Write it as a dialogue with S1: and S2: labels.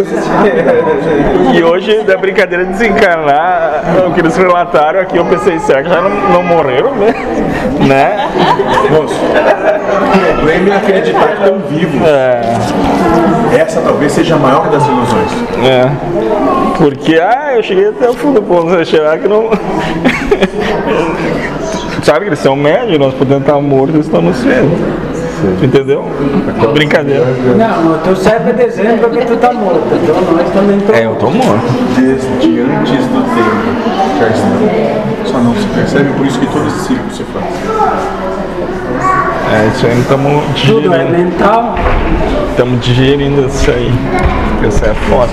S1: assim.
S2: E hoje, da brincadeira de desencanar o que eles relataram aqui, eu pensei, será que já não, não morreram mesmo? Né?
S1: Moço, o problema é acreditar que estão vivos. Essa talvez seja a maior das ilusões.
S2: É. Porque, ah, eu cheguei até o fundo do poço, será que não... Sabe que eles são médios, nós podemos estar mortos, eles estão no céu. Entendeu? Brincadeira.
S3: Não, tu sai pra dezembro porque tu tá morto. Então nós também tô.
S4: É, eu tô morto.
S1: Desde antes do tempo, já estão. Só não se percebe, por isso que todo esse circo se faz.
S2: É, isso aí, não estamos
S3: Tudo é
S2: digerindo.
S3: mental.
S2: Estamos digerindo isso aí. Isso é foda.